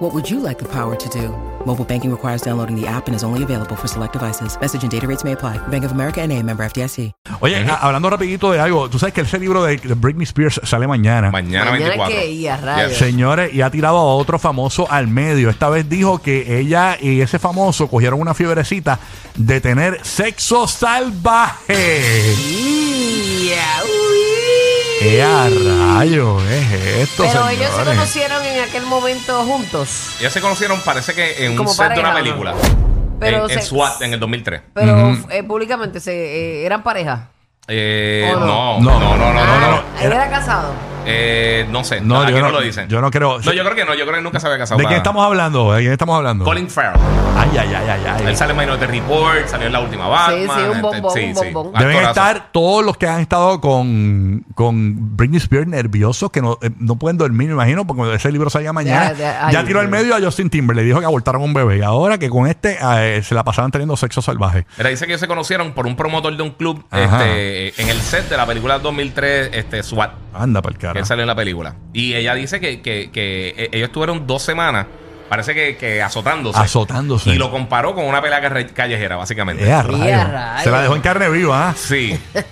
What would you like the power to do? Mobile banking requires downloading the app and is only available for select devices. Message and data rates may apply. Bank of America and a member FDIC. Oye, a- hablando rapidito de algo, tú sabes que ese libro de de Britney Spears sale mañana. Mañana, Mañana 24. que y a rayos. Yes. Señores, y ha tirado a otro famoso al medio. Esta vez dijo que ella y ese famoso cogieron una fiebrecita de tener sexo salvaje. Ya, uy. ¡Qué a rayos es esto, Pero señores? ellos se conocieron en aquel momento juntos. Ellas se conocieron, parece que en un Como set de una pareja, ¿no? película. Pero en, en se- SWAT, en el 2003. Pero eh, públicamente se eh, eran pareja. Eh, ¿O no, no? no, no, no, no, no. Ah, él era casado. Eh, no sé, No, no, aquí yo no, no- lo dicen. yo no creo- No, yo creo que no, yo creo que nunca se había casado. ¿De quién para- estamos hablando? ¿De quién estamos hablando? Colin Farrell. Ay, ay, ay, ay, ay. Él sale en Minority Report, salió en la última Batman. sí, un este, bombón, sí, un sí. bombón. Deben Actorazo. estar todos los que han estado con, con Britney Spears nerviosos, que no, eh, no pueden dormir, me imagino, porque ese libro salía mañana. Ya, ya, ay, ya tiró al Dios. medio a Justin Timber, le dijo que abortaron un bebé. Y ahora que con este eh, se la pasaban teniendo sexo salvaje. Mira, dice que ellos se conocieron por un promotor de un club Ajá. este, en el set de la película 2003, este, SWAT. Anda para el que cara. él salió en la película. Y ella dice que, que- que, eh, ellos estuvieron dos semanas, parece que, que azotándose. Azotándose. Y lo comparó con una pelea carre- callejera, básicamente. Eh, a Sí, a rayos. rayos. Se la dejó en carne viva, ¿ah? Sí. Él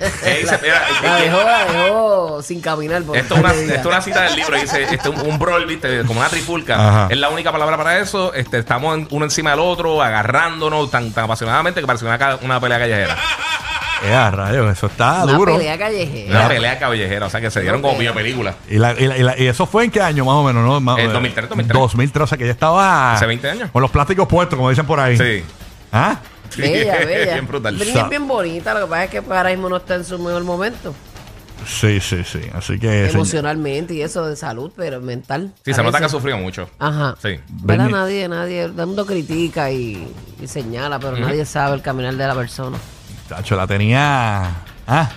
dice, mira, eh, La dejó, la dejó sin caminar. por Esto es, una, parte de esto ella. es una cita del libro, dice, este, un, un brawl, viste, como una trifulca. Ajá. Es la única palabra para eso. Este, estamos en- uno encima del otro, agarrándonos tan, tan apasionadamente que parecía una, ca- una pelea callejera. Eh, a rayos, eso está Una duro. pelea callejera. Una pelea callejera, o sea que se dieron como video película. Y, la- y la- y la- y eso fue en qué año más o menos, ¿no? Más- Eh, 2003, 2003. 2003, o sea que ya estaba. Hace 20 años. Con los plásticos puestos, como dicen por ahí. Sí. ¿Ah? Sí, Bella, bella. Bien brutal. Britney es bien bonita, lo que pasa es que pues, ahora mismo no está en su mejor momento. Sí, sí, sí. Así que. señor- Emocionalmente y eso de salud, pero mental. Sí, se nota que ha parece. sufrido mucho. Ajá. Sí. Pero Britney- nadie, nadie, todo el mundo critica y, y señala, pero nadie sabe el caminar de la persona. Chacho, la tenía. ¿Ah?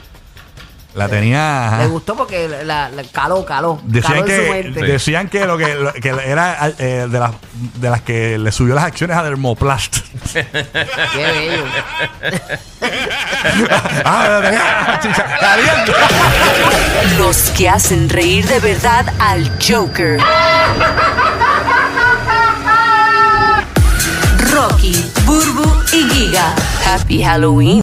La tenía. Le ajá. gustó porque la, la- caló, caló. Ah. Decían caló en su que, mente. decían que lo que, lo- que era eh, de, las, de las que le subió las acciones a Dermoplast. Qué bello. ah, la tenía, chicha, caliente. Los que hacen reír de verdad al Joker. Rocky, Burbu y Giga. Happy Halloween.